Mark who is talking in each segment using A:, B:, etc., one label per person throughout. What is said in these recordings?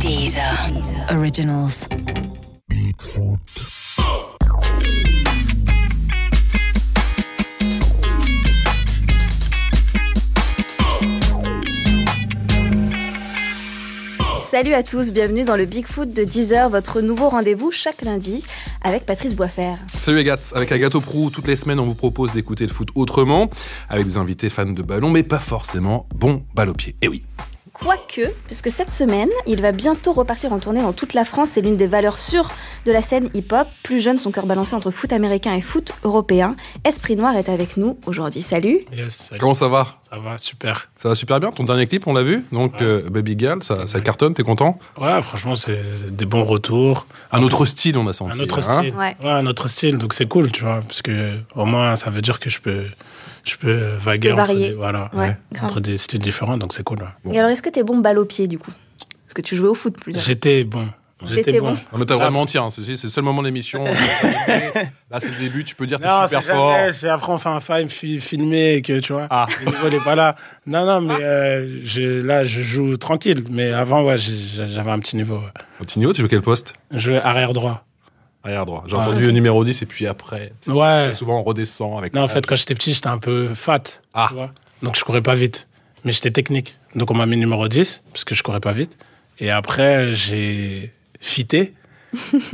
A: Deezer Originals.
B: Salut à tous, bienvenue dans le Bigfoot de 10h, votre nouveau rendez-vous chaque lundi avec Patrice Boisfer.
C: Salut Agathe, avec Agathe Prou, toutes les semaines on vous propose d'écouter le foot autrement, avec des invités fans de ballon, mais pas forcément bon balle au pied. Et oui.
B: Quoique, parce que cette semaine, il va bientôt repartir en tournée dans toute la France, c'est l'une des valeurs sûres de la scène hip-hop. Plus jeunes, son cœur balancé entre foot américain et foot européen. Esprit Noir est avec nous aujourd'hui, salut
D: Yes, salut.
C: Comment ça va
D: ça va, super.
C: Ça va super bien, ton dernier clip on l'a vu, donc
D: Ouais.
C: euh, Baby Gal, ça, ça cartonne, t'es content
D: Ouais, franchement, c'est des bons retours.
C: Un autre style on a senti.
D: Un autre
C: hein.
D: style.
B: Ouais.
D: un autre style. Donc c'est cool, tu vois, parce que au moins ça veut dire que je peux, je peux euh, vaguer
B: Tu peux
D: entre
B: varier.
D: des, voilà,
B: Ouais,
D: ouais,
B: grave.
D: entre des styles différents. Donc c'est cool. ouais.
C: Bon.
B: Et alors, est-ce que t'es bon balle au pied du coup Parce que tu jouais au foot plus jeune.
D: J'étais bon.
B: T'étais
D: J'étais bon.
B: bon.
C: Non mais t'as vraiment menti, hein. c'est c'est le seul moment de l'émission. Là c'est le début, tu peux dire t'es
D: Non, c'est
C: super fort.
D: jamais. C'est après on fait un film fi- filmé et que tu vois.
C: Ah.
D: Le niveau, il est pas là. Non, non, mais euh, je- là je joue tranquille. Mais avant, ouais, j'ai- j'avais un petit niveau. ouais.
C: Continuo, tu veux quel poste
D: Je jouais arrière droit.
C: Arrière droit. J'ai
D: Ah,
C: entendu
D: ok.
C: le numéro 10 et puis après, tu sais,
D: Ouais.
C: souvent on redescend avec...
D: Non, en fait, quand j'étais petit, j'étais un peu fat.
C: Ah.
D: tu vois. Donc, je courais pas vite. Mais j'étais technique. Donc, on m'a mis numéro 10, parce que je courais pas vite. Et après, j'ai fité.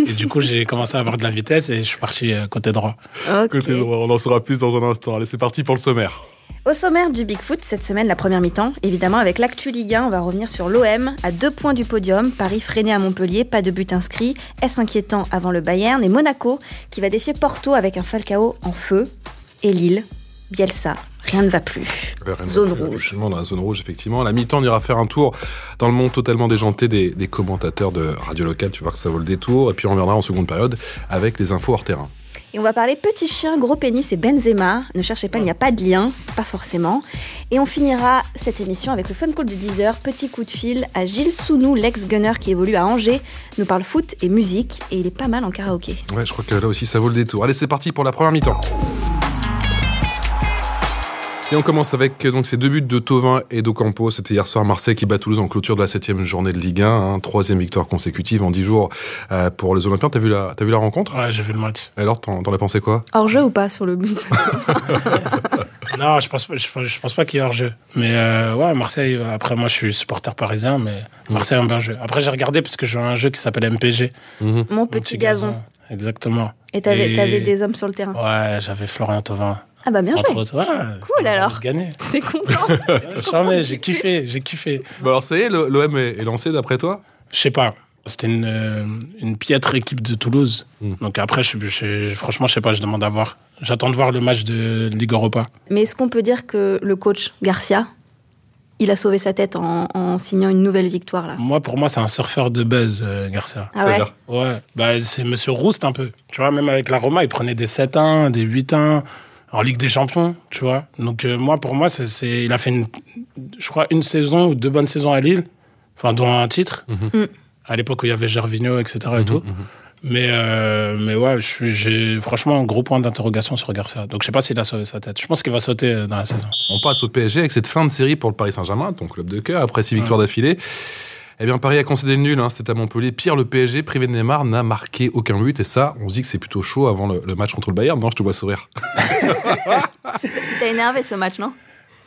D: et du coup, j'ai commencé à avoir de la vitesse et je suis parti euh, côté droit.
B: Ok.
C: Côté droit, on en saura plus dans un instant. Allez, c'est parti pour le sommaire.
B: Au sommaire du Bigfoot, cette semaine, la première mi-temps. Évidemment, avec l'actu Ligue 1, on va revenir sur l'OM, à deux points du podium. Paris freiné à Montpellier, pas de but inscrit. Est-ce inquiétant avant le Bayern Et Monaco, qui va défier Porto avec un Falcao en feu. Et Lille, Bielsa, rien ne va plus. Zone rouge.
C: Effectivement, dans la zone rouge, effectivement. À la mi-temps, on ira faire un tour dans le monde totalement déjanté des, des commentateurs de radio locale. Tu vois que ça vaut le détour. Et puis, on reviendra en seconde période avec les infos hors terrain.
B: Et on va parler petit chien, gros pénis et Benzema. Ne cherchez pas, il n'y a pas de lien, pas forcément. Et on finira cette émission avec le fun call de 10h, petit coup de fil à Gilles Sounou, l'ex-gunner qui évolue à Angers, nous parle foot et musique, et il est pas mal en karaoké.
C: Ouais, je crois que là aussi, ça vaut le détour. Allez, c'est parti pour la première mi-temps. Et on commence avec euh, donc ces deux buts de Tovin et d'Ocampo. C'était hier soir Marseille qui bat Toulouse en clôture de la septième journée de Ligue 1. hein. Troisième victoire consécutive en dix jours euh, pour les Olympiens. T'as vu la, t'as vu la rencontre
D: Ouais, j'ai vu le match.
C: Alors, t'en t'en as pensé quoi
B: Hors-jeu ou pas sur le but
D: Non, je pense pas, je, pense- je pense pas qu'il y ait hors-jeu. Mais euh, ouais, Marseille, euh, après, moi, je suis supporter parisien, mais Marseille a un bien jeu. Après, j'ai regardé parce que je joue à un jeu qui s'appelle MPG.
B: Mon
D: Mon
B: petit, gazon.
D: Exactement.
B: Et t'avais
D: Et-
B: t'avais des hommes sur le terrain.
D: Ouais, j'avais Florian Thauvin.
B: Ah bah Ah. bien
D: Entre
B: joué.
D: autres, ouais.
B: Cool, alors.
D: Gagné.
B: T'es content
D: Jamais, j'ai kiffé, j'ai kiffé.
C: Bah alors ça y est, le- l'OM est, est lancé d'après toi
D: Je sais pas. C'était une, euh, une piètre équipe de Toulouse. Donc après, je, je- je- franchement, je sais pas, je demande à voir. J'attends de voir le match de Ligue Europa.
B: Mais est-ce qu'on peut dire que le coach Garcia, il a sauvé sa tête en, en signant une nouvelle victoire là
D: Moi, pour moi, c'est un surfeur de buzz, euh, Garcia.
B: Ah ouais
C: C'est-à-dire
D: Ouais, bah, c'est Monsieur Roust un peu. Tu vois, même avec la Roma, il prenait des 7-1, des 8-1 en Ligue des Champions, tu vois. Donc euh, moi, pour moi, c'est, c'est- il a fait, une, je crois, une saison ou deux bonnes saisons à Lille, enfin, dont un titre,
B: Mm.
D: à l'époque où il y avait Gervinho, etc.
C: Mhm,
D: et tout. Mais, euh, mais ouais, je suis, j'ai franchement un gros point d'interrogation sur Garcia. Donc je sais pas s'il a sauvé sa tête. Je pense qu'il va sauter euh, dans la saison.
C: On passe au PSG avec cette fin de série pour le Paris Saint-Germain, ton club de cœur, après six victoires d'affilée. Eh bien, Paris a concédé le nul, hein, c'était à Montpellier. Pire, le PSG, privé de Neymar, n'a marqué aucun but. Et ça, on se dit que c'est plutôt chaud avant le, le match contre le Bayern. Non, je te vois sourire.
B: T'as énervé ce match, non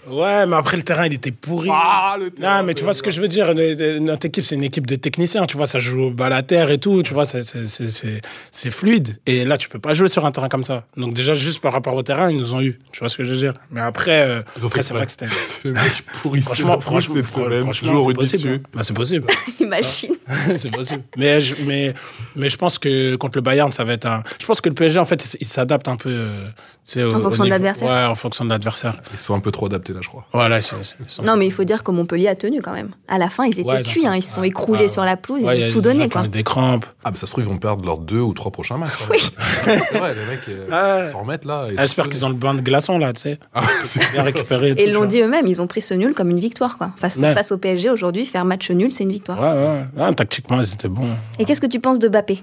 D: Ouais, mais après le terrain, il était pourri.
C: Ah, le
D: Non, mais tu vois ce que je veux dire. N- Notre équipe, c'est une équipe de techniciens. Tu vois, ça joue au bal à terre et tout. Tu vois, c'est- c'est- c'est c'est- c'est fluide. Et là, tu peux pas jouer sur un terrain comme ça. Donc, déjà, juste par rapport au terrain, ils nous ont eu. Tu vois ce que je veux dire. Mais après, euh,
C: Ils ont
D: après,
C: fait
D: c'est vrai
C: exprès.
D: que c'était.
C: Le mec pourrissait la
D: Franchement,
C: foule
D: franchement,
C: cette
D: fran-
C: semaine,
D: franchement,
C: joue au
D: c'est
C: rugby
D: possible.
C: dessus.
D: Bah, c'est possible.
B: Imagine.
D: c'est possible. Mais je, mais, mais je pense que contre le Bayern, ça va être un. Je pense que le PSG, en fait, il s'adapte un peu. euh, tu sais, au-
B: En
D: au
B: fonction de
D: niveau-
B: l'adversaire.
D: Ouais, en fonction de l'adversaire.
C: Ils sont un peu trop adaptés là, je crois.
D: Voilà, ils sont- ils sont-
B: Non, mais il faut dire que Montpellier a tenu quand même. À la fin, ils étaient
D: Ouais, ils ont
B: cuits, hein,
D: fait-
B: ils se sont
D: ouais,
B: écroulés
D: ouais,
B: sur la pelouse,
D: Ouais, il y
B: ils
D: a
B: ont
D: des
B: tout donné
D: gens qui ont
B: quoi.
D: eu Des crampes.
C: Ah, mais ça se trouve, ils vont perdre leurs deux ou trois prochains matchs. hein.
B: Oui.
C: c'est vrai, les mecs euh,
D: Ah ouais.
C: s'en remettent là. et-
D: Ah, J'espère qu'ils ont le bain de glaçons là, tu sais.
C: Ah, c'est-
D: bien récupéré. tout,
B: Et ils
D: tu
B: l'ont
D: vois.
B: dit eux-mêmes, ils ont pris ce nul comme une victoire quoi. Face,
D: Ouais.
B: face au PSG aujourd'hui, faire match nul, c'est une victoire.
D: Ouais, ouais. Non, tactiquement, c'était bon.
B: Et qu'est-ce que tu penses de Bappé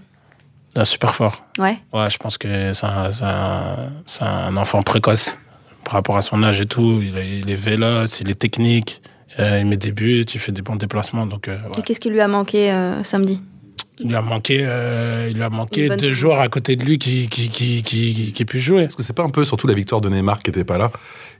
D: Ah, super fort.
B: Ouais.
D: Ouais, je pense que c'est un, c'est un- c'est un enfant précoce par rapport à son âge et tout. Il est, il est véloce, il est technique. Euh, il met des buts, il fait des bons déplacements. Donc, euh,
B: Et
D: ouais.
B: qu'est-ce qui lui a manqué euh, samedi
D: il lui a manqué, euh, il lui a
B: Une
D: manqué
B: bonne
D: deux
B: prise.
D: joueurs à côté de lui qui, qui, qui, qui, qui, qui puissent jouer.
C: Est-ce que c'est pas un peu surtout la victoire de Neymar qui était pas là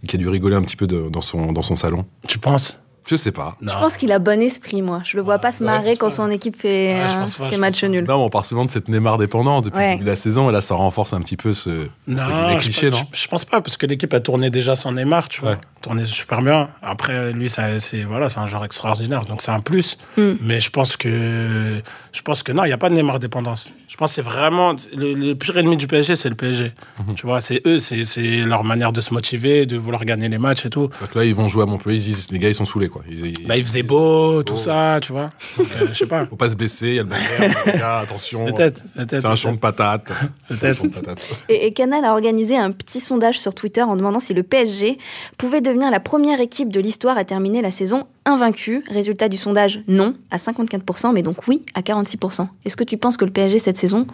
C: et qui a dû rigoler un petit peu de- dans, son, dans son salon
D: Tu penses
C: Je sais pas.
D: Non.
B: Je pense qu'il a bon esprit, moi. Je le vois
D: Ouais,
B: pas se
D: ouais,
B: marrer
D: c'est
B: quand
D: vrai.
B: son équipe fait,
D: Ouais, je
B: euh,
D: pense pas,
B: fait
D: je
B: match
D: pense
B: nul.
C: Là, on parle souvent de cette Neymar dépendance depuis
B: Ouais.
C: le début de la saison et là, ça renforce un petit peu ce
D: Non, je,
C: cliché,
D: pense-
C: non
D: je, je pense pas, parce que l'équipe a tourné déjà sans Neymar, tu vois.
C: Ouais.
D: Tourné super bien. Après, lui, ça- c'est voilà, c'est un joueur extraordinaire, donc c'est un plus.
B: Hmm.
D: Mais je pense que, je pense que non, il n'y a pas de Neymar dépendance. Je pense que c'est vraiment le, le pire ennemi du PSG, c'est le PSG. Tu vois, c'est eux, c'est c'est leur manière de se motiver, de vouloir gagner les matchs et tout.
C: C'est-à-dire que là, ils vont jouer à Montpellier, ils disent, les gars, ils sont saoulés, quoi. Ils, ils-
D: Bah, il faisait beau, tout ça, tu vois. Donc, euh, je sais pas.
C: Faut pas se baisser, il y a le Bayern, les gars, attention.
D: Peut-être, peut-être.
C: C'est un champ de patates. C'est un
D: Peut-être.
C: champ de patates.
B: Et, et Canal a organisé un petit sondage sur Twitter en demandant si le PSG pouvait devenir la première équipe de l'histoire à terminer la saison invaincue. Résultat du sondage, non, à 54%, mais donc oui, à 46%. Est-ce que tu penses que le PSG cette saison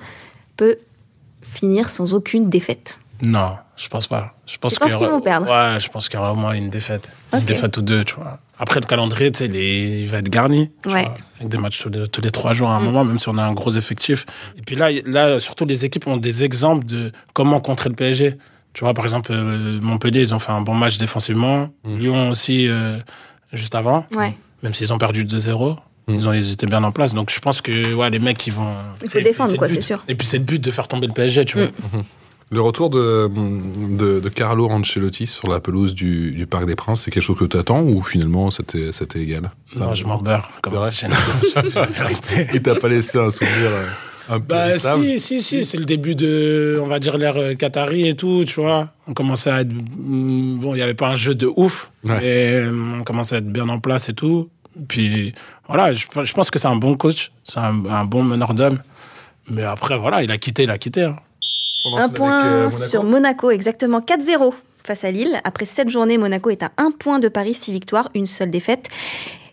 B: peut finir sans aucune défaite
D: Non, je pense pas. Je pense
B: Tu penses
D: qu'il y
B: qu'ils
D: aura-
B: vont perdre
D: Ouais, je pense qu'il y aura au moins une défaite.
B: Ok.
D: Une défaite ou deux, tu vois. Après, le calendrier, tu sais, il est- il va être garni. tu
B: Ouais. Mm.
D: vois, avec des matchs tous les, tous les trois jours à un moment, même si on a un gros effectif. Et puis là, il- là, surtout, les équipes ont des exemples de comment contrer le PSG. Tu vois, par exemple, euh, Montpellier, ils ont fait un bon match défensivement. Lyon aussi, euh, juste avant.
B: Ouais.
D: Même s'ils ont perdu 2-0. Ils ont ils étaient bien en place. Donc, je pense que ouais, les mecs, ils vont.
B: Il faut
D: Et- et
B: défendre,
D: le
B: quoi,
D: but.
B: c'est sûr.
D: Et puis, c'est le but de faire tomber le PSG, tu vois.
C: Le retour de, de, de Carlo Ancelotti sur la pelouse du, du Parc des Princes, c'est quelque chose que tu attends ou finalement c'était c'était égal Ça
D: Non,
C: va.
D: je m'en beurre.
C: C'est vrai
D: vrai.
C: Il t'a pas laissé un souvenir euh,
D: Bah
C: impérissable
D: si, si, si, c'est le début de, on va dire, l'ère euh, Qatari et tout, tu vois. On commençait à être... mm, Bon, il n'y avait pas un jeu de ouf,
C: Ouais.
D: mais euh, on commençait à être bien en place et tout. Puis voilà, je, je pense que c'est un bon coach, c'est un, un bon meneur d'hommes. Mais après, voilà, il a quitté, il a quitté. hein.
B: Un
C: On enchaîne avec,
B: point
C: euh, Monaco.
B: sur Monaco, exactement 4-0 face à Lille. Après 7 journées, Monaco est à 1 point de Paris, 6 victoires, une seule défaite.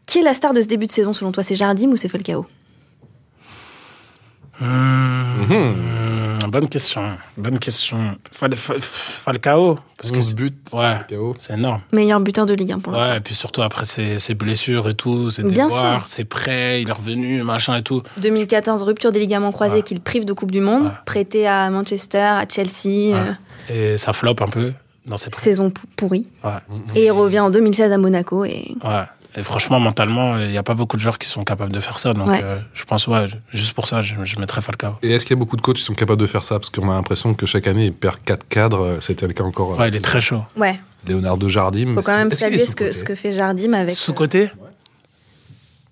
B: Qui est la star de ce début de saison selon toi C'est Jardim ou c'est Falcao
C: Mhm.
D: Hum, Bonne question, bonne question. Fal- Fal- Falcao, parce que...
C: 11 buts.
D: Ouais,
C: KO.
D: c'est énorme.
B: Meilleur buteur de Ligue 1 pour l'instant.
D: Ouais, et puis surtout après ses, ses blessures et tout, ses
B: Bien
D: déboires, ses prêts, il est revenu, machin et tout.
B: 2014, rupture des ligaments croisés qui le prive de Coupe du Monde, prêté à Manchester, à Chelsea, euh,
D: Et ça floppe un peu dans ses prêts.
B: saison pou- pourrie.
D: Ouais.
B: Et il revient en 2016 à Monaco et
D: ouais. Et franchement, mentalement, il n'y a pas beaucoup de joueurs qui sont capables de faire ça. Donc,
B: Ouais.
D: euh, je pense, ouais, je- juste pour ça, je, je mettrais Falcao.
C: Et est-ce qu'il y a beaucoup de coachs qui sont capables de faire ça Parce qu'on a l'impression que chaque année, ils perdent 4 cadres. euh, C'était le cas encore. euh,
D: Ouais, il est très chaud.
B: ouais,
C: Leonardo Jardim.
B: faut quand même
C: Est-ce qu'il est
B: saluer ce que,
C: sous-coté
B: ce que fait Jardim avec. euh,
D: Sous-côté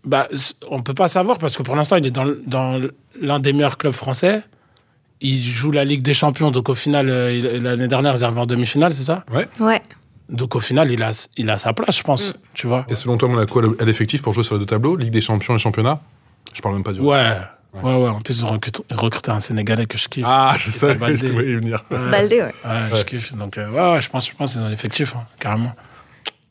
D: bah, s- On peut pas savoir parce que pour l'instant, il est dans, l- dans l'un des meilleurs clubs français. Il joue la Ligue des Champions. Donc, au final, euh, il- l'année dernière, ils arrivent en demi-finale, c'est ça
C: Ouais.
B: euh, Ouais.
D: Donc, au final, il a, il a sa place, je
B: Mm.
D: pense. Tu vois
C: Et selon toi, Monaco a l'effectif pour jouer sur les deux tableaux Ligue des Champions et Championnat Je parle même pas du.
D: Ouais. Ouais, ouais. En plus, ils ont recruté- recruté un Sénégalais que je kiffe.
C: Ah, je savais,
D: Baldé.
C: je te voyais venir.
B: Baldé, ouais.
D: Ouais, je kiffe. Donc, euh, ouais, ouais, je pense, je pense qu'ils ont l'effectif, hein, carrément.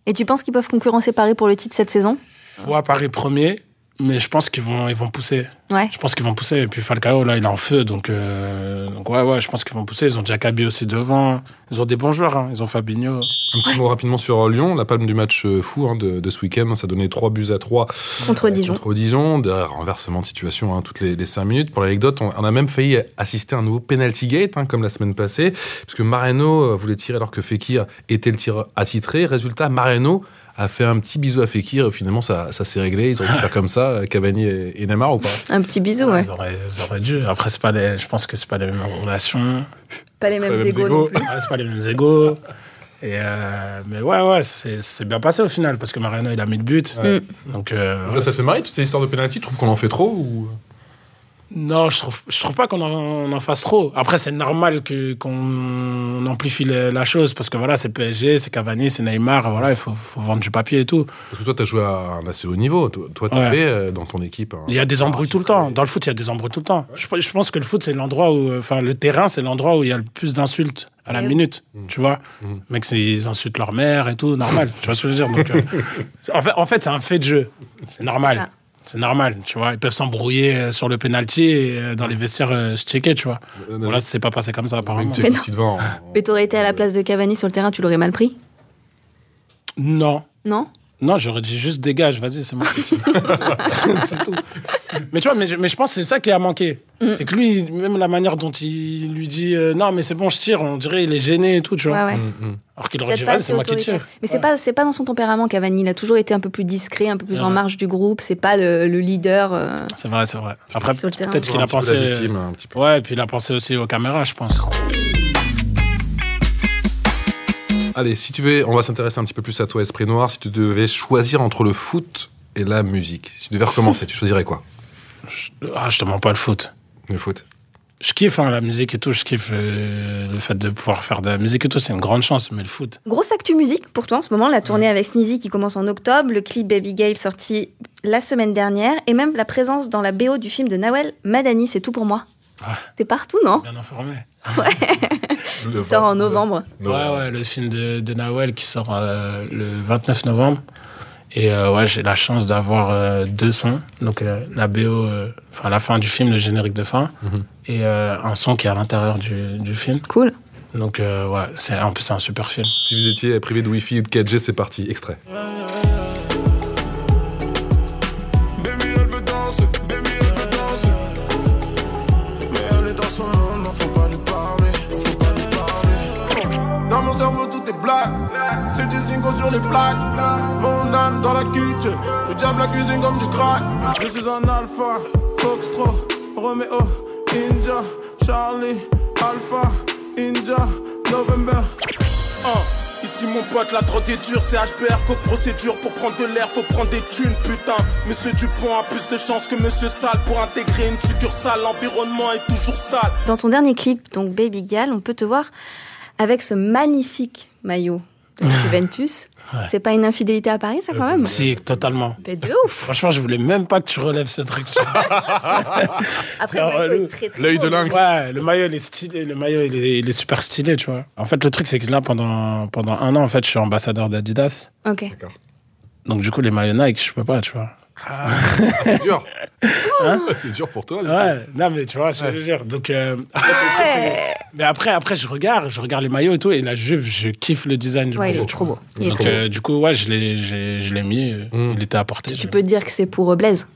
B: Et tu penses qu'ils peuvent concurrencer Paris pour le titre cette saison
D: Je vois Paris premier, mais je pense qu'ils vont, ils vont pousser.
B: Ouais.
D: Je pense qu'ils vont pousser. Et puis Falcao, là, il est en feu. Donc, euh, donc ouais, ouais, je pense qu'ils vont pousser. Ils ont Jacabi aussi devant. Ils ont des bons joueurs. hein. Ils ont Fabinho.
C: Un petit mot rapidement sur euh, Lyon, la palme du match euh, fou hein, de, de ce week-end, ça donnait 3 buts à 3
B: Contre Dijon.
C: contre Dijon, derrière renversement de situation hein, toutes les, 5 minutes. Pour l'anecdote, on, on a même failli assister à un nouveau penalty gate, hein, comme la semaine passée, puisque Mareno euh, voulait tirer alors que Fekir était le tireur attitré. Résultat, Mareno a fait un petit bisou à Fekir, et finalement ça, ça s'est réglé, ils ont pu faire comme ça, euh, Cavani et, et Neymar ou pas
B: Un petit bisou, ouais.
D: Ils, auraient, ils auraient dû. Après, c'est pas les, je pense que c'est pas les mêmes relations.
B: Pas les mêmes
C: mêmes
B: égaux non
C: égaux.
B: plus.
D: Ouais, c'est pas les mêmes égaux. Et euh, mais ouais, ouais, c'est c'est bien passé au final parce que Mariano, il a mis le but.
B: Mm.
D: Donc, euh, ouais,
C: Ça, ça fait marrer toutes ces histoires de penalty, tu trouves qu'on en fait trop ou...
D: Non, je trouve, je trouve pas qu'on en, on en fasse trop. Après, c'est normal que qu'on amplifie la, la chose parce que voilà, c'est PSG, c'est Cavani, c'est Neymar, voilà, il faut, faut vendre du papier et tout.
C: Parce que toi, t'as joué à un assez haut niveau. Toi, toi, t'as
D: Ouais.
C: fait euh, dans ton équipe. hein.
D: Il y a des embrouilles tout le temps. Dans le foot, il y a des embrouilles tout le temps. Je, je pense que le foot, c'est l'endroit où, euh, enfin, le terrain, c'est l'endroit où il y a le plus d'insultes à la
B: Eh oui.
D: minute. Tu vois, mec, c'est- ils insultent leur mère et tout, normal. tu vois ce que je veux dire Donc, euh, en fait, en fait, c'est un fait de jeu. C'est
B: C'est ça.
D: normal. C'est normal, tu vois. Ils peuvent s'embrouiller euh, sur le penalty et euh, dans les vestiaires euh, se checker, tu vois.
C: Euh,
D: Bon, là, c'est pas passé comme ça,
C: Même
D: apparemment.
C: Thiago
B: Mais non.
C: Silva en-
B: Mais t'aurais été à la place de Cavani sur le terrain, tu l'aurais mal pris
D: Non.
B: Non
D: Non, j'aurais dit juste dégage, vas-y, c'est moi. c'est tout. Mais tu vois, mais je, mais je pense que c'est ça qui a manqué.
B: Mm.
D: C'est que lui, même la manière dont il lui dit euh, non, mais c'est bon, je tire, on dirait il est gêné et tout, tu vois.
B: Ouais, ouais.
C: Mm,
D: Alors qu'il aurait
B: Peut-être
D: dit
B: pas
D: vas-y,
B: assez
D: c'est moi qui
B: autoritaire.
D: tire.
B: Mais c'est pas, c'est pas dans son tempérament, Cavani. Il a toujours été un peu plus discret, un peu plus en
D: Ouais.
B: marge du groupe. C'est pas le, le leader. euh,
D: C'est vrai, c'est vrai. Après,
B: Sur le terrain.
D: peut-être qu'il
C: Un
D: a
C: petit peu
D: pensé.
C: la victime, un petit peu.
D: Ouais, et puis il a pensé aussi aux caméras, je pense.
C: Allez, si tu veux, on va s'intéresser un petit peu plus à toi, Esprit Noir. Si tu devais choisir entre le foot et la musique, si tu devais recommencer, tu choisirais quoi
D: Je- Ah, je te mens pas le foot.
C: Le foot.
D: Je kiffe hein, la musique et tout, je kiffe euh, le fait de pouvoir faire de la musique et tout, c'est une grande chance, mais le foot.
B: Grosse actu musique pour toi en ce moment, la tournée avec Sneezy qui commence en octobre, le clip Baby Gale sorti la semaine dernière, et même la présence dans la BO du film de Nawel Madani, c'est tout pour moi.
D: Ouais.
B: T'es partout, non
D: Bien informé.
C: Le
B: Il sort en
C: vote.
B: novembre.
C: Non.
D: Ouais, ouais, le film de, de Nawel qui sort euh, le 29 novembre. Et euh, ouais, j'ai la chance d'avoir euh, deux sons. Donc euh, la BO, euh, enfin la fin du film, le générique de fin, et euh, un son qui est à l'intérieur du, du film.
B: Cool.
D: Donc euh, ouais, c'est en plus c'est un super film.
C: Si vous étiez privé de Wi-Fi ou de 4G, c'est parti, extrait.
E: Baby, elle veut danser, baby, elle veut danser. Mais elle est dans son monde, non, faut pas lui parler, faut pas lui parler. Dans mon cerveau, tout est black, c'est des singles sur les plaques. Mon âme dans la kitchen, le diable la cuisine comme du crack. Je suis un alpha, Foxtrot, Romeo, India, Charlie, Alpha, India, November. Oh, Ici mon pote, la drogue est dure, c'est HPR qu'aux procédure Pour prendre de l'air, faut prendre des thunes, putain Monsieur Dupont a plus de chances que Monsieur Sale Pour intégrer une succursale, l'environnement est toujours sale
B: Dans ton dernier clip, donc Baby Gale, on peut te voir avec ce magnifique maillot de Juventus. C'est pas une infidélité à Paris, ça, quand même
D: Si, totalement.
B: Mais de ouf
D: Franchement, je voulais même pas que tu relèves ce truc.
B: Après, le
D: Alors,
B: maillot
D: le-
B: est très, très
C: l'œil
B: beau,
C: de
B: donc.
C: lynx.
D: Ouais, le maillot il est stylé, le maillot il est, il est super stylé, tu vois. En fait, le truc c'est que là pendant pendant un an en fait, je suis ambassadeur d'Adidas.
B: Ok.
D: Donc du coup, les maillots Nike, je peux pas, tu vois.
C: C'est dur. c'est dur pour toi. du coup.
D: Hein? Ouais, non mais tu vois, je veux dire. Donc euh, après, le truc, c'est que- mais après après je regarde, je regarde les maillots et tout et la Juve, je kiffe le design du
B: Ouais, il
D: maillot.
B: est
D: tu
B: trop
D: vois.
B: beau. Il est
D: Donc
B: trop beau.
D: euh, du coup, ouais, je l'ai j'ai- je l'ai mis, euh,
C: Mm.
D: il était à porter. je
B: Tu
D: l'ai
B: peux dire que c'est pour euh, Blaise.
D: mis.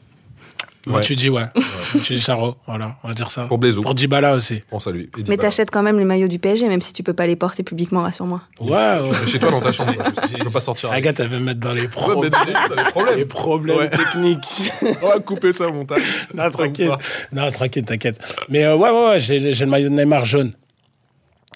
D: Moi tu dis ouais. tu dis Charo, voilà, on va dire ça.
C: Pour Blaisou.
D: Pour Dybala aussi.
C: Pense à lui. Et dis,
B: Mais
C: bah,
B: t'achètes quand même les maillots du PSG, même si tu peux pas les porter publiquement, rassure-moi.
D: Ouais, ouais.
C: Chez toi, dans ta chambre. quoi. Je peux pas sortir. avec.
D: Agathe, elle veut me mettre dans les
C: Ouais, mais
D: problèmes.
C: t'as des
D: Les
C: problèmes.
D: problèmes
C: Ouais.
D: techniques.
C: On va couper ça au montage.
D: Non, tranquille. Non, tranquille, t'inquiète. Mais euh, ouais, ouais, ouais, j'ai j'ai le maillot de Neymar jaune.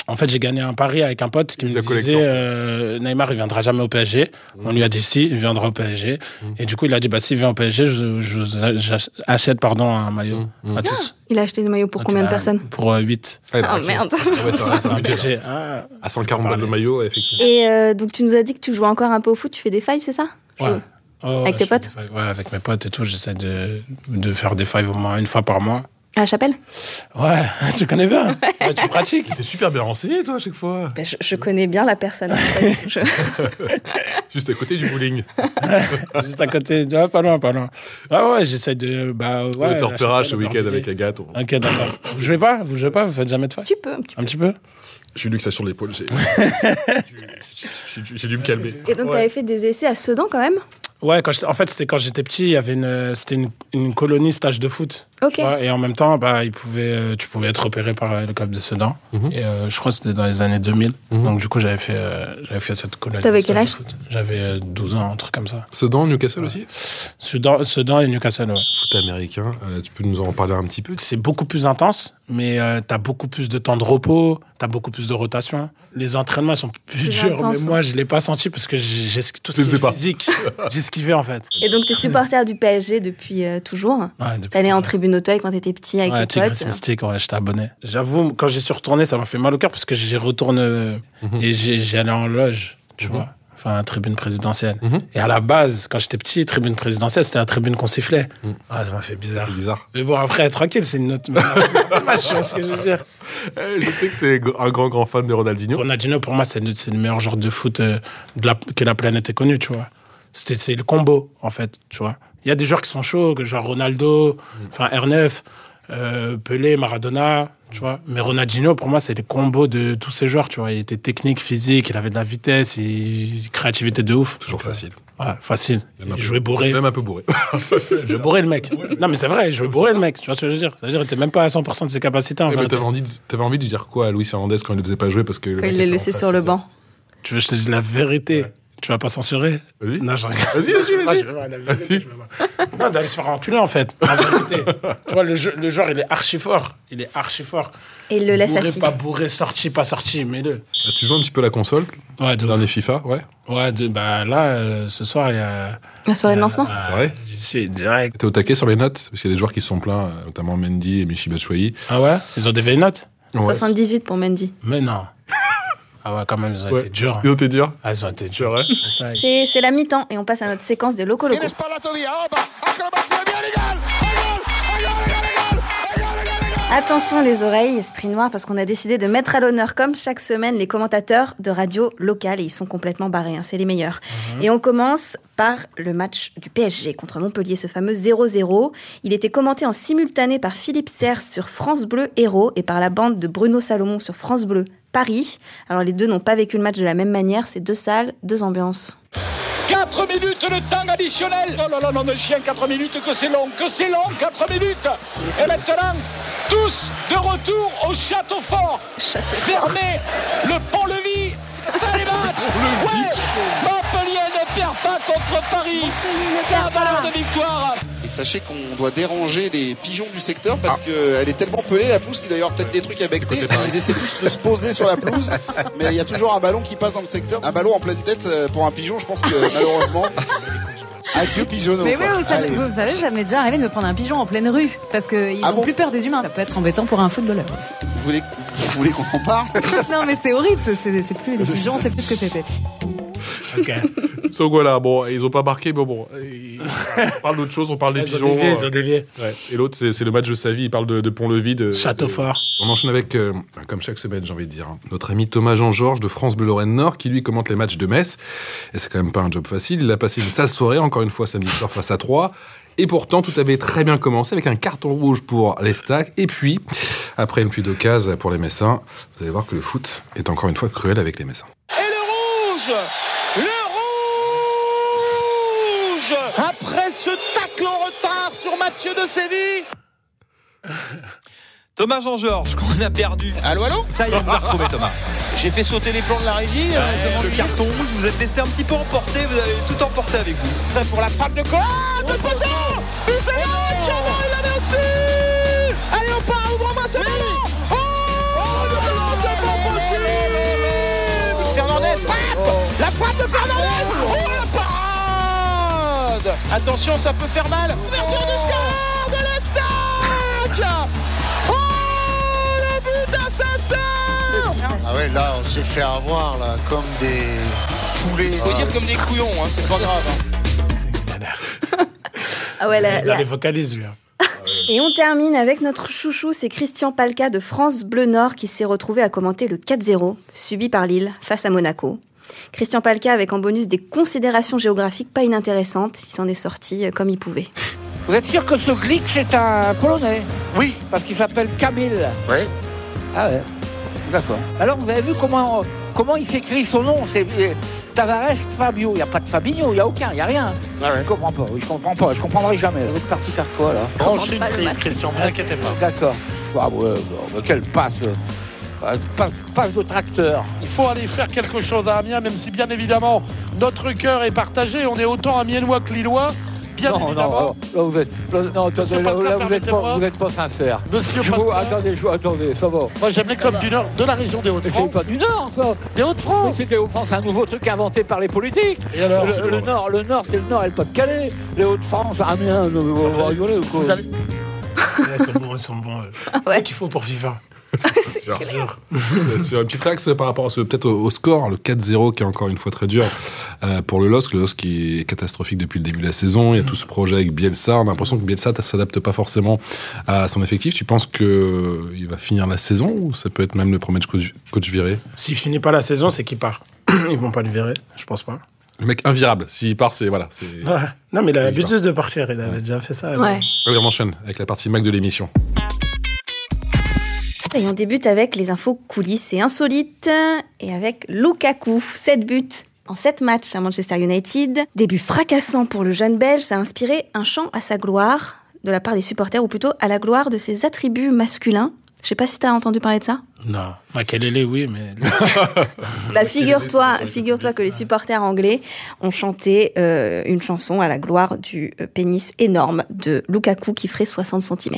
D: En fait, j'ai gagné un pari avec un pote qui me
C: Le
D: disait
C: collector.
D: euh, Neymar, il viendra jamais au PSG. On lui a dit si, il viendra au PSG. Et du coup, il a dit bah s'il vient au PSG, je, je vous a- j'ach- achète pardon un maillot à tous.
B: Il a acheté des maillots pour
D: Donc,
B: combien de
D: euh,
B: personnes
D: Pour 8.
B: Ah, merde.
C: Ouais, ça reste un budget, là.
D: Ah,
C: À 140 balles le maillot, effectivement.
B: Et euh, donc tu nous as dit que tu jouais encore un peu au foot, tu fais des failles, c'est ça
D: Ouais.
B: Je-
D: Oh,
B: Avec tes
D: je fais
B: potes
D: des fives. Ouais, avec mes potes et tout, j'essaie de, de faire des fives au moins une fois par mois.
B: À la chapelle
D: Ouais, tu connais bien. Ouais, tu pratiques.
C: T'es super bien renseigné, toi, à chaque fois.
B: Ben, je, je connais bien la personne. en fait. Je-
C: Juste à côté du bowling.
D: Juste à côté, ah, pas loin, pas loin. Ah ouais, j'essaie de. Bah, ouais,
C: le torpérage
D: la
C: ce week-end
D: chapelle,
C: avec Agathe. on-
D: Ok, d'accord. Vous jouez pas Vous jouez pas Vous faites jamais de fight
B: tu peux, un petit peu.
D: Un petit peu
C: J'ai lu que ça sur l'épaule. J'ai j'ai- j'ai- j'ai dû me calmer.
B: Et donc t'avais fait des essais à Sedan quand même
D: Ouais, quand j'étais- en fait, c'était quand j'étais petit, il y avait une, euh, c'était une, une colonie stage de foot.
B: Ok.
D: tu vois, et en même temps, bah, il pouvait, euh, tu pouvais être repéré par euh, le CAF de Sedan.
C: Mhm.
D: Et euh, je crois que c'était dans les années 2000. Donc, du coup, j'avais fait, euh, j'avais fait cette colonie.
B: T'avais
D: de stage
B: quel
D: de
B: âge
D: foot. J'avais euh, 12 ans, un truc comme ça.
C: Sedan, Newcastle aussi
D: Sedan, Sedan et Newcastle, ouais.
C: Foot américain, euh, tu peux nous en parler un petit peu
D: c'est beaucoup plus intense, mais euh, t'as beaucoup plus de temps de repos, t'as beaucoup plus de rotation. Les entraînements sont plus
B: Plus
D: durs,
B: intenses,
D: mais moi je l'ai pas senti parce que j'ai j'ai esqui- tout ce
C: Tu
D: qui
C: faisais
D: est
C: pas.
D: physique, j'esquivais en fait.
B: Et donc t'es supporter du PSG depuis euh, toujours
D: Ouais, depuis
B: T'allais en
D: toujours.
B: tribune Auteuil quand t'étais petit avec
D: Ouais,
B: tes potes hein.
D: Tigris Mystique, ouais, j'étais abonné. J'avoue, quand j'y suis retourné, ça m'a fait mal au cœur parce que j'y retourne euh, et j'ai- j'allais en loge, tu vois. Enfin, tribune présidentielle. Et à la base, quand j'étais petit, tribune présidentielle, c'était la tribune qu'on sifflait. Ah, ça m'a fait bizarre.
C: C'est bizarre.
D: Mais bon, après, tranquille, c'est une autre. je vois ce que je veux dire.
C: Eh, je sais que t'es gr- un grand, grand fan de Ronaldinho.
D: Ronaldinho, pour moi, c'est le, c'est le meilleur joueur de foot euh, de la- que la planète ait connu, tu vois. C'était- C'est le combo, en fait, tu vois. Il y a des joueurs qui sont chauds, que genre Ronaldo, enfin R9. euh, Pelé, Maradona, tu vois. Mais Ronaldinho, pour moi, c'est le combo de tous ces joueurs, tu vois. Il était technique, physique, il avait de la vitesse, il... créativité de ouf.
C: Toujours
D: Donc, euh,
C: facile.
D: Ouais, facile.
C: Même un
D: Il
C: peu-
D: jouait bourré.
C: Même un peu bourré.
D: Je bourrais le mec. Non, mais c'est vrai, je bourrais le mec. Tu vois ce que je veux dire C'est-à-dire, il était même pas à 100% de ses capacités. en
C: Ouais, Eh, mais
D: vérité.
C: t'avais envie, de- t'avais envie de dire quoi à Luis Fernandez quand il ne faisait pas jouer parce que. le
B: Quand
C: mec
B: il l'a
C: était en
B: laissé
C: face,
B: sur le
C: c'est ça.
B: banc.
D: Tu veux que je te dise la vérité Tu vas pas censurer
C: Vas-y.
D: Non, je rigole.
C: Vas-y, vas-y,
D: Ah,
C: vas-y.
D: je vais voir, la vérité, je vais voir. Non, d'aller se faire enculer en fait. En vérité. tu vois, le, jeu- le joueur, il est archi fort. Il est archi fort.
B: Et il le laisse
D: bourré,
B: assis.
D: pas bourré, sorti, pas sorti, mais deux.
C: Ah, Tu joues un petit peu la console,
D: Ouais, de ouf.
C: dernier FIFA, ouais.
D: Ouais, de, bah là, euh, ce soir, il y a.
B: La soirée de lancement
D: Ah,
C: C'est vrai
D: J'y suis direct.
C: T'es au taquet sur les notes Parce qu'il y a des joueurs qui se sont plaints, euh, notamment Mendy et Michi Batshuayi.
D: Ah ouais Ils ont des vieilles notes
C: Ouais.
B: 78 pour Mendy.
D: Mais non. Ah ouais, quand même, ils ont
C: Ouais.
D: été durs. hein.
C: Ils ont été durs
D: Ah, ils ont été durs. Ça,
B: C'est c'est la mi-temps et on passe à notre séquence des locaux locaux. Attention les oreilles, esprit noir, parce qu'on a décidé de mettre à l'honneur, comme chaque semaine, les commentateurs de radio locales. Et ils sont complètement barrés, hein, c'est les meilleurs. Et on commence par le match du PSG contre Montpellier, ce fameux 0-0. Il était commenté en simultané par Philippe Serres sur France Bleu Héros et par la bande de Bruno Salomon sur France Bleu Paris. Alors les deux n'ont pas vécu le match de la même manière, c'est deux salles, deux ambiances.
F: 4 minutes de temps additionnel. Oh là là, non, le chien, 4 minutes, que c'est long, que c'est long, 4 minutes. Et maintenant, tous de retour au château fort. Fermez le pont-levis. Fallait battre. Ouais, Montpellier ne perd pas contre Paris. C'est un valeur de victoire.
G: Et sachez qu'on doit déranger les pigeons du secteur parce
F: Ah.
G: qu'elle est tellement pelée la pelouse qu'il doit y avoir peut-être des trucs à becter. Ils essaient tous de se poser sur la pelouse, mais il y a toujours un ballon qui passe dans le secteur. Un ballon en pleine tête euh, pour un pigeon, je pense que malheureusement. Adieu pigeonneau.
H: Mais oui,
G: quoi.
H: vous savez,
G: Allez.
H: vous savez, ça m'est déjà arrivé de me prendre un pigeon en pleine rue parce qu'ils
G: Ah
H: ont
G: bon
H: plus peur des humains. Ça peut être embêtant pour un footballeur.
G: Vous voulez, vous voulez qu'on en parle
H: non, mais c'est horrible. c'est- C'est c'est plus des pigeons, c'est plus ce que c'était.
D: ok.
C: So voilà, bon, ils ont pas marqué, mais bon. ils- On parle d'autre chose, on parle des
D: Ils ont
C: pigeons.
D: dévié, ils ont
C: euh,
D: dévié.
C: ouais. Et l'autre, c'est c'est le match de sa vie, il parle de, de Pont-Levis. de-
D: Château
C: de-
D: fort.
C: On enchaîne avec, euh, comme chaque semaine, j'ai envie de dire, hein, notre ami Thomas Jean-Georges de France Bleu Lorraine Nord, qui lui commente les matchs de Metz. Et c'est quand même pas un job facile. Il a passé une sale soirée, encore une fois, samedi soir face à 3. Et pourtant, tout avait très bien commencé avec un carton rouge pour les stacks. Et puis, après une pluie de cases pour les Messins, vous allez voir que le foot est encore une fois cruel avec les Messins.
F: Et le rouge Le rouge Après ce tacle en retard sur Mathieu de Séville Thomas Jean-Georges, qu'on a perdu. Allô, allô Ça y est, on a retrouvé Thomas. J'ai fait sauter les plans de la régie. euh, le carton rouge, vous êtes laissé un petit peu emporter, vous avez tout emporté avec vous. Pour la frappe de Gohan, de poteau Bissell, Chabot, il la met au-dessus Allez, on part, ouvre-moi ce ballon Oh, non, c'est pas possible Fernandez, frappe La frappe de Fernandez Oh, la parade Attention, ça peut faire mal Ouverture du score de l'Estac Oh, le but assassin
I: Ah ouais, là, on s'est fait avoir, là, comme des poulets.
F: Faut dire comme des couillons, hein, c'est pas grave. hein.
B: Ah ouais, la-
D: Il a
B: la-
D: les vocalises, lui. hein.
B: Et on termine avec notre chouchou, c'est Christian Palca de France Bleu Nord qui s'est retrouvé à commenter le 4-0 subi par Lille face à Monaco. Christian Palca avec en bonus des considérations géographiques pas inintéressantes, il s'en est sorti euh, comme il pouvait.
J: Vous êtes sûr que ce Glick, c'est un Polonais
I: Oui.
J: Parce qu'il s'appelle Camille.
I: Ouais.
J: Ah ouais. D'accord. Alors, vous avez vu comment, comment il s'écrit son nom C'est euh, Tavares Fabio. Il n'y a pas de Fabinho, il n'y a aucun, il n'y a rien.
I: Ah
J: Je comprends pas, oui, je comprends pas, je comprendrai jamais. Vous êtes parti faire quoi, là
H: Enchaîne, pas le match.
I: Christian,
J: vous inquiétez D'accord. Ah ouais, bon, quelle passe euh. Ah, Passe, passe de tracteur.
I: Il faut aller faire quelque chose à Amiens, même si, bien évidemment, notre cœur est partagé. On est autant amiennois que lillois. Bien
J: non, non,
I: évidemment.
J: là vous êtes, là, non,
I: Monsieur Falcoff,
J: attendez, là, là, vous êtes pas,
I: permettez-moi.
J: vous êtes pas sincère.
I: Monsieur
J: Je vous,
I: Falcoff,
J: attendez, je vous- attendez, ça va.
I: moi j'aime les clubs du Nord, de la région des
J: Mais c'est
I: Hauts-de-France.
J: pas du Nord, ça.
I: Des
J: Mais
I: Hauts-de-France
J: c'était au fond, c'est un nouveau truc inventé par les politiques.
I: Et alors
J: le, le Nord, le Nord, c'est le Nord et le Pas-de-Calais. Les Hauts-de-France, ah, hein, Amiens, vous- vous vous rigolez ou quoi
I: Vous allez-
D: Ils sont bons, ils sont bons. eux. C'est ce qu'il faut pour FIFA.
C: Euh, sur un petit axe par rapport à ce- peut-être au, au score, le 4-0 qui est encore une fois très dur euh, pour le LOSC. Le LOSC qui est catastrophique depuis le début de la saison. Il y a tout ce projet avec Bielsa. On a l'impression que Bielsa t- s'adapte pas forcément à son effectif. Tu penses que euh, il va finir la saison ou ça peut être même le premier coach, coach viré
D: S'il finit pas la saison, c'est qu'il part. Ils vont pas le virer, je pense pas.
C: Le mec invirable. S'il part, c'est voilà. c'est-
D: Ah. Ouais. Non, mais il a
C: Il part.
D: l'habitude de partir, il avait déjà fait ça.
B: Ouais.
C: Allez, on enchaîne avec la partie Mac de l'émission.
B: Et on débute avec les infos coulisses et insolites et avec Lukaku, 7 buts en 7 matchs à Manchester United. Début fracassant pour le jeune Belge, ça a inspiré un chant à sa gloire de la part des supporters ou plutôt à la gloire de ses attributs masculins. Je sais pas si t'as entendu parler de ça.
D: Non. Makelele, oui, mais.
B: Bah, figure-toi, figure-toi que les supporters anglais ont chanté euh, une chanson à la gloire du euh, pénis énorme de Lukaku qui ferait 60 cm.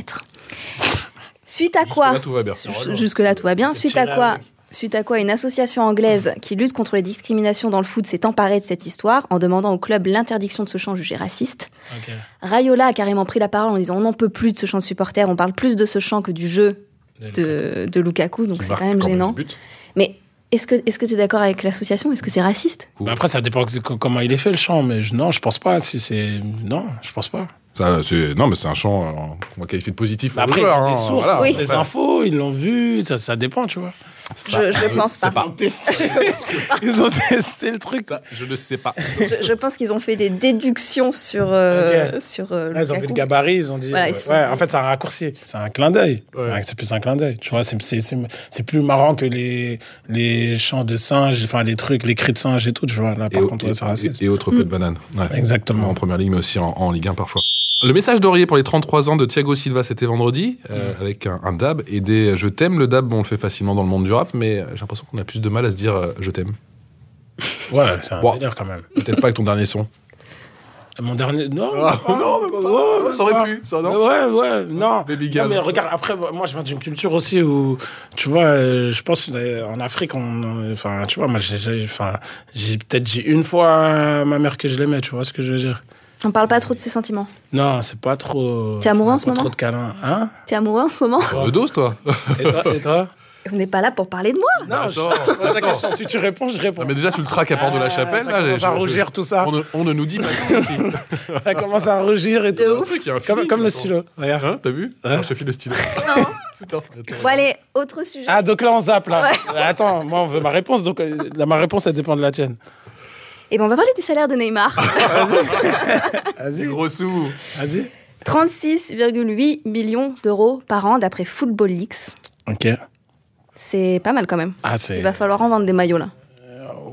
B: Suite à quoi
C: Là, tout va bien.
B: Jus- Jusque-là, tout va bien. Suite à quoi Suite à quoi une association anglaise qui lutte contre les discriminations dans le foot s'est emparée de cette histoire en demandant au club l'interdiction de ce chant jugé raciste.
D: Ok.
B: Rayola a carrément pris la parole en disant on n'en peut plus de ce chant de supporter, on parle plus de ce chant que du jeu de, de Lukaku, donc c'est quand même gênant. Mais est-ce que est-ce que tu es d'accord avec l'association Est-ce que c'est raciste
D: Bah après, ça dépend que- comment il est fait le chant, mais je- non, je pense pas. Si c'est non, je pense pas.
C: Ça, c'est- non, mais c'est un chant euh, qu'on va qualifier de positif. pour
D: Bah, après,
C: le
D: ils
C: joueur,
D: ont des
C: hein,
D: sources,
C: voilà.
D: ils ont des infos, ils l'ont vu, ça, ça dépend, tu vois.
B: Je- je pense
C: sais
B: pas.
D: Ils ont testé le truc.
C: Ça, je ne sais pas.
B: je, je pense qu'ils ont fait des déductions sur euh,
D: Ok.
B: sur euh,
D: Là, ils ont vu
B: Lukaku.
D: le gabarit, ils ont dit.
B: Voilà, ils
D: ouais,
B: se sont
D: ouais,
B: dit-
D: en fait, c'est un raccourci. C'est un clin d'œil. C'est un- C'est plus un clin d'œil. Tu vois, c'est- c'est- c'est c'est plus marrant que les, les chants de singes, enfin, les trucs, les cris de singes et tout. Tu vois, là,
C: Et,
D: par contre, ouais, c'est
C: et,
D: raciste.
C: et autre peu de banane. Ouais.
D: Exactement.
C: En première ligne, mais aussi en, en Ligue 1 parfois. Le message d'Aurier pour les 33 ans de Thiago Silva, c'était vendredi, euh, avec un, un dab et des euh, je t'aime. Le dab, bon, on le fait facilement dans le monde du rap, mais euh, j'ai l'impression qu'on a plus de mal à se dire euh, je t'aime.
D: Ouais, c'est un
C: Bon.
D: délire quand même.
C: Peut-être pas avec ton dernier son.
D: Mon dernier. oh Non,
C: Ah,
D: pas-
C: non, même pas.
D: ouais,
C: ça aurait
D: pas.
C: pu, ça, non
D: Ouais, ouais, non.
C: Baby
D: Non,
C: Gam.
D: mais regarde, après, moi, je viens d'une culture aussi où, tu vois, euh, je pense, euh, en Afrique, on, enfin, tu vois, moi, j'ai- j'ai, enfin, j'ai, peut-être, j'ai une fois euh, ma mère que je l'aimais, tu vois ce que je veux dire.
B: On parle pas trop de ses sentiments.
D: Non, c'est pas trop.
B: T'es amoureux en ce
D: pas
B: moment
D: trop de câlins, hein
B: T'es amoureux en ce moment
C: Le dos, toi
D: Et toi, et toi
B: On n'est pas là pour parler de moi.
D: Non,
C: Attends,
D: je pose la question. Si tu réponds, je réponds.
C: Ah, Mais déjà, tu le traques à Port de la Chapelle.
D: ça
C: là,
D: commence
C: je-
D: à
C: je-
D: rougir, tout ça.
C: On ne, on ne nous dit pas tout ici.
D: Ça commence à rougir et tout.
C: Il y a un feeling,
D: Comme, comme le
C: attends.
D: stylo. Regarde.
C: Hein, t'as vu Attends, Je te file le stylo.
B: Non.
C: C'est toi. Attends.
B: Bon allez, autre sujet.
D: Ah, donc là, on zappe, là. Euh, Attends, moi, on veut ma réponse, donc euh, la- ma réponse, elle dépend de la tienne.
B: Et ben on va parler du salaire de Neymar.
C: Des
D: Vas-y,
C: gros sous.
D: vas-y.
B: 36,8 millions d'euros par an d'après Football Leaks.
D: Ok.
B: C'est pas mal quand même.
D: Ah,
B: Il
D: c'est.
B: va falloir en vendre des maillots
D: Ah,
B: là.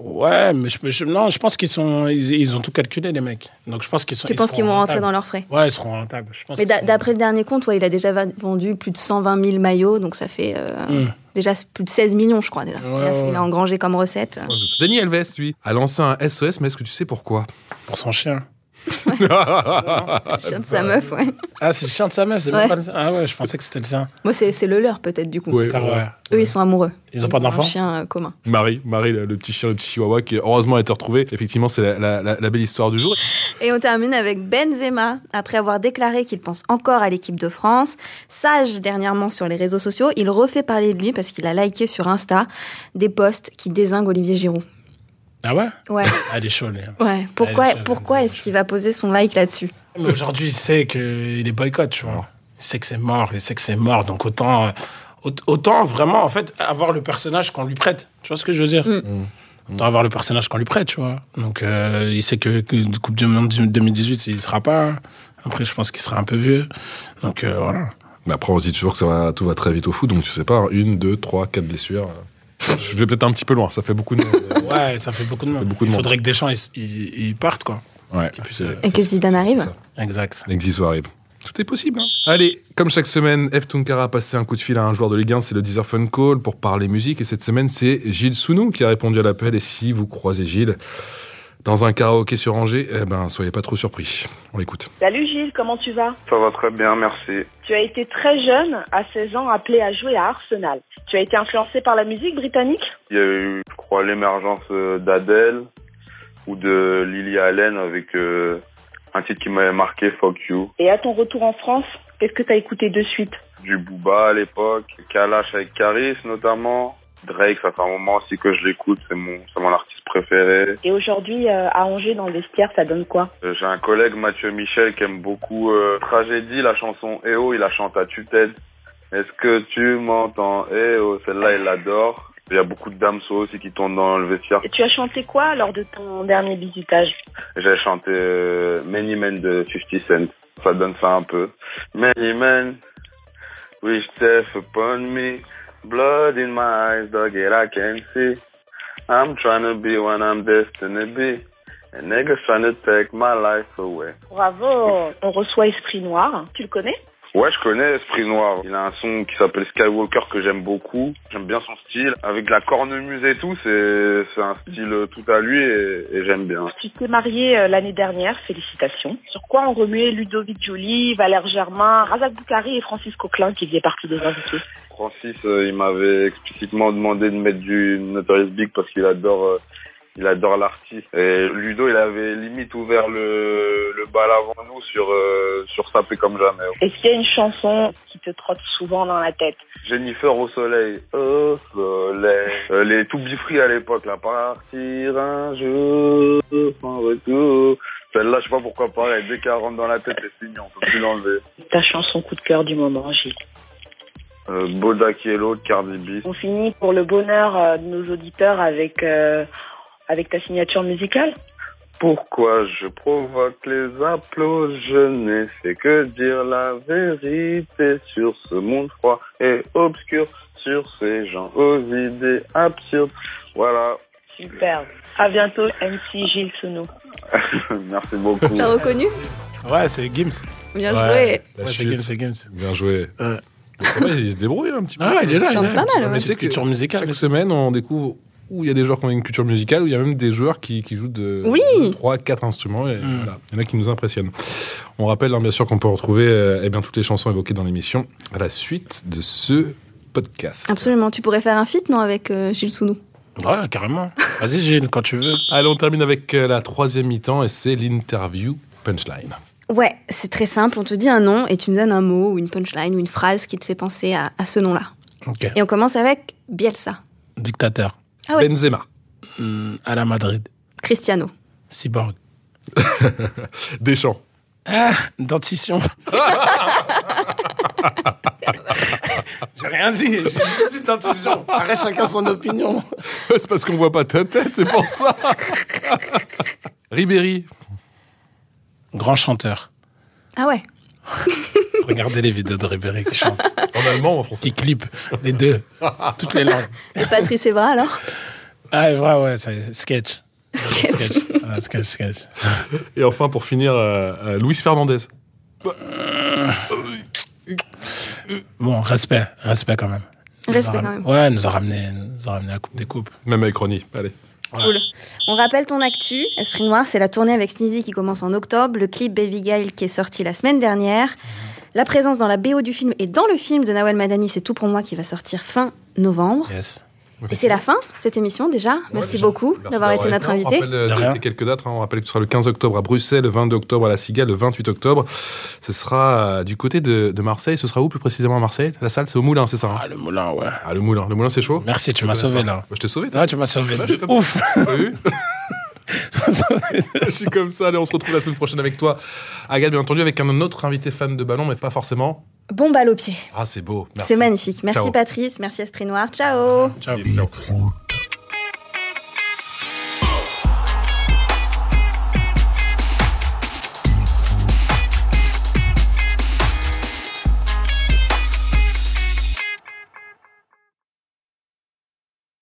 D: Ouais, mais je, je- non, je pense qu'ils sont, ils, ils ont tout calculé, les mecs. Donc je pense qu'ils sont.
B: Tu
D: ils
B: penses
D: seront
B: qu'ils vont rentrer dans
D: rentables.
B: leurs frais
D: Ouais, ils seront rentables. Je pense
B: Mais
D: qu'ils
B: d'a-
D: seront-
B: d'après le dernier compte, ouais, il a déjà va- vendu plus de 120 000 maillots, donc ça fait euh,
D: Hmm.
B: déjà c'est plus de 16 millions, je crois déjà.
D: Ouais,
B: il, a, il a
D: ouais.
B: engrangé comme recette.
C: Danny Alves, lui, a lancé un SOS, mais est-ce que tu sais pourquoi
D: Pour son chien. bah
B: Chien de sa meuf, ouais.
D: Ah, c'est le chien de sa meuf, c'est
B: Ouais.
D: même pas le Ah ouais, je pensais que c'était le sien.
B: Moi, c'est c'est le leur peut-être du coup.
C: Ouais,
D: Ah ouais.
B: Eux, ils sont amoureux.
D: Ils ont pas d'enfant
B: Un chien euh, commun.
C: Marie, Marie, le, le petit chien, le petit chihuahua, qui heureusement a été retrouvé. Effectivement, c'est la, la- la- la belle histoire du jour.
B: Et on termine avec Benzema. Après avoir déclaré qu'il pense encore à l'équipe de France, sage dernièrement sur les réseaux sociaux, il refait parler de lui parce qu'il a liké sur Insta des posts qui désinguent Olivier Giroud.
D: Ah ouais
B: Ouais,
D: Ah, il est chaud, les gars.
B: ouais. Pourquoi,
D: j'avoue,
B: pourquoi est-ce qu'il va poser son like là-dessus
D: Mais aujourd'hui, il sait qu'il est boycott, tu vois. Il sait que c'est mort, il sait que c'est mort. Donc autant, euh, aut- autant vraiment, en fait, avoir le personnage qu'on lui prête. Tu vois ce que je veux dire Autant avoir le personnage qu'on lui prête, tu vois. Donc euh, il sait que, que de Coupe du Monde 2018, il sera pas. Après, je pense qu'il sera un peu vieux. Donc euh, voilà.
C: Mais après, on se dit toujours que ça va, tout va très vite au foot, donc tu sais pas, hein, une, deux, trois, quatre blessures. euh. Je vais peut-être un petit peu loin, ça fait beaucoup de. euh,
D: Ouais, ça fait beaucoup de
C: fait
D: monde.
C: beaucoup de
D: il
C: monde.
D: faudrait que Deschamps, ils il, il parte, quoi.
C: Ouais.
B: Et que Zidane arrive
D: Exact.
C: L'exiso arrive. Tout est possible. hein. Allez, comme chaque semaine, F. Tunkara a passé un coup de fil à un joueur de Ligue 1, c'est le Deezer Phone Call pour parler musique. Et cette semaine, c'est Gilles Sounou qui a répondu à l'appel. Et si vous croisez Gilles dans un karaoké sur Angers, eh ben, soyez pas trop surpris. On l'écoute.
K: Salut Gilles, comment tu vas
E: Ça va très bien, merci.
K: Tu as été très jeune, à 16 ans, appelé à jouer à Arsenal. Tu as été influencé par la musique britannique
E: Il y a eu, je crois, l'émergence euh, d'Adèle ou de Lily Allen avec euh, un titre qui m'avait marqué, Fuck You.
K: Et à ton retour en France, qu'est-ce que tu as écouté de suite
E: Du Booba à l'époque, Kalash avec Karis notamment. Drake, ça fait un moment aussi que je l'écoute, c'est mon, c'est mon artiste préféré.
K: Et aujourd'hui, euh, à Angers, dans le vestiaire, ça donne quoi
E: Euh, J'ai un collègue, Mathieu Michel, qui aime beaucoup euh, Tragédie, la chanson Eh oh, il la chante à tue-tête. Est-ce que tu m'entends Eh oh, celle-là, il l'adore. Il y a beaucoup de damso aussi qui tournent dans le vestiaire.
K: Et Tu as chanté quoi lors de ton dernier visitage
E: J'ai chanté euh,
L: Uh,
E: Many Men de 50 Cent. Ça donne ça un peu. Many Men, wish death upon me.
L: Blood in my eyes, dog, yet I can't see. I'm trying to be what I'm destined to be. And niggas trying to take my life away.
K: Bravo. On reçoit Esprit Noir. hein. Tu le connais
L: Ouais, je connais Esprit Noir. Il a un son qui s'appelle Skywalker que j'aime beaucoup. J'aime bien son style. Avec de la cornemuse et tout, c'est c'est un style tout à lui et, et j'aime bien.
K: Tu t'es marié euh, l'année dernière, félicitations. Sur quoi ont remué Ludovic Joly, Valère Germain, Razak Boukari et Francis Coquelin qui faisaient partie des invités
L: Francis, euh, il m'avait explicitement demandé de mettre du Notorious Big parce qu'il adore, euh, il adore l'artiste. Et Ludo, il avait limite ouvert le, le bal avant nous sur, euh, sur Sapé comme jamais.
K: Est-ce qu'il y a une chanson qui te trotte souvent dans la tête
L: Jennifer au soleil, Euh, au soleil. Euh, les tout Free à l'époque, là. Partir un jour, sans retour. Celle-là, je sais pas pourquoi pareil. Dès qu'elle rentre dans la tête, c'est fini, on peut plus l'enlever.
K: Ta chanson coup de cœur du moment, Gilles.
L: Euh, Bodak Yellow, Cardi B.
K: On finit pour le bonheur euh, de nos auditeurs avec, euh, avec ta signature musicale.
L: Pourquoi je provoque les applauds Je n'ai fait que dire la vérité sur ce monde froid et obscur, sur ces gens aux idées absurdes. Voilà,
K: Super. À bientôt, MC Gilles Sono.
L: merci beaucoup.
B: T'as reconnu
D: Ouais, c'est Gims.
B: Bien
D: Ouais.
B: joué.
D: Ouais, c'est Gims, c'est Gims.
C: Bien joué. Bon, ça va, il se débrouille un petit peu.
D: Euh. Ah, il est là, il est là. Chante pas mal, ouais.
C: Mais
D: Petite
C: tu sais que
D: culture musicale.
C: Chaque semaine, on découvre où il y a des joueurs qui ont une culture musicale, où il y a même des joueurs qui, qui jouent de
B: Oui.
C: 3, 4 instruments. Et voilà. Il y en a qui nous impressionnent. On rappelle hein, bien sûr qu'on peut retrouver euh, eh bien, toutes les chansons évoquées dans l'émission à la suite de ce podcast.
B: Absolument. Tu pourrais faire un feat, non, avec euh, Gilles Sounou
D: Ouais, carrément. Vas-y, Gilles, quand tu veux.
C: Allez, on termine avec euh, la troisième mi-temps et c'est l'interview punchline.
B: Ouais, c'est très simple. On te dit un nom et tu nous donnes un mot ou une punchline ou une phrase qui te fait penser à, à ce nom-là.
D: Ok.
B: Et on commence avec Bielsa,
D: Dictateur.
B: Ah ouais.
C: Benzema.
D: Hmm, à la Madrid.
B: Cristiano,
D: Cyborg.
C: Deschamps.
D: Ah, dentition. J'ai rien dit. J'ai juste dit dentition. Arrête chacun son opinion.
C: c'est parce qu'on voit pas ta tête, c'est pour ça. Ribéry.
D: Grand chanteur.
B: Ah ouais.
D: Regardez les vidéos de Ribéry qui chante,
C: En allemand ou en français
D: qui clip, les deux, toutes les langues.
B: Et Patrice Evra alors
D: Ah ouais, ouais, c'est sketch.
B: Sketch.
D: Ah, sketch, sketch.
C: Et enfin, pour finir, euh, euh, Luis Fernandez.
D: Bon, respect, respect quand même. Ils nous
B: Respect
D: ont
B: quand
D: ram-
B: même.
D: Ouais, ils nous a ramené, ils nous a ramené la coupe des coupes.
C: Même avec Ronnie. Allez.
B: Cool. On rappelle ton actu. Esprit Noir, c'est la tournée avec Sneezy qui commence en octobre, le clip Baby Guile qui est sorti la semaine dernière, la présence dans la BO du film et dans le film de Nawal Madani, c'est tout pour moi qui va sortir fin novembre.
D: Yes.
B: Et c'est la fin de cette émission déjà. Merci beaucoup d'avoir été notre invité.
C: On rappelle euh,
D: De rien.
C: quelques- quelques dates. hein. On rappelle que ce sera le 15 octobre à Bruxelles, le 22 octobre à La Cigale, le 28 octobre. Ce sera euh, du côté de, de Marseille. Ce sera où plus précisément à Marseille La salle, c'est au Moulin, c'est ça hein
D: Ah, le moulin, ouais.
C: Ah, le Moulin. Le Moulin, c'est chaud
D: Merci, tu m'as
C: Je te
D: sauvé
C: laisse pas.
D: là.
C: Bah, Je t'ai sauvé, t'as
D: Non, tu m'as sauvé.
C: Ouais,
D: de
C: j'ai pas-
D: Ouf.
C: pas vu Je suis comme ça. Allez, on se retrouve la semaine prochaine avec toi, Agathe, bien entendu, avec un autre invité fan de ballon, mais pas forcément.
B: Bon balle au pied.
C: Ah, c'est beau. Merci.
B: C'est magnifique. Merci
C: Ciao.
B: Patrice, merci Esprit Noir. Ciao.
D: Ciao.
C: Ciao.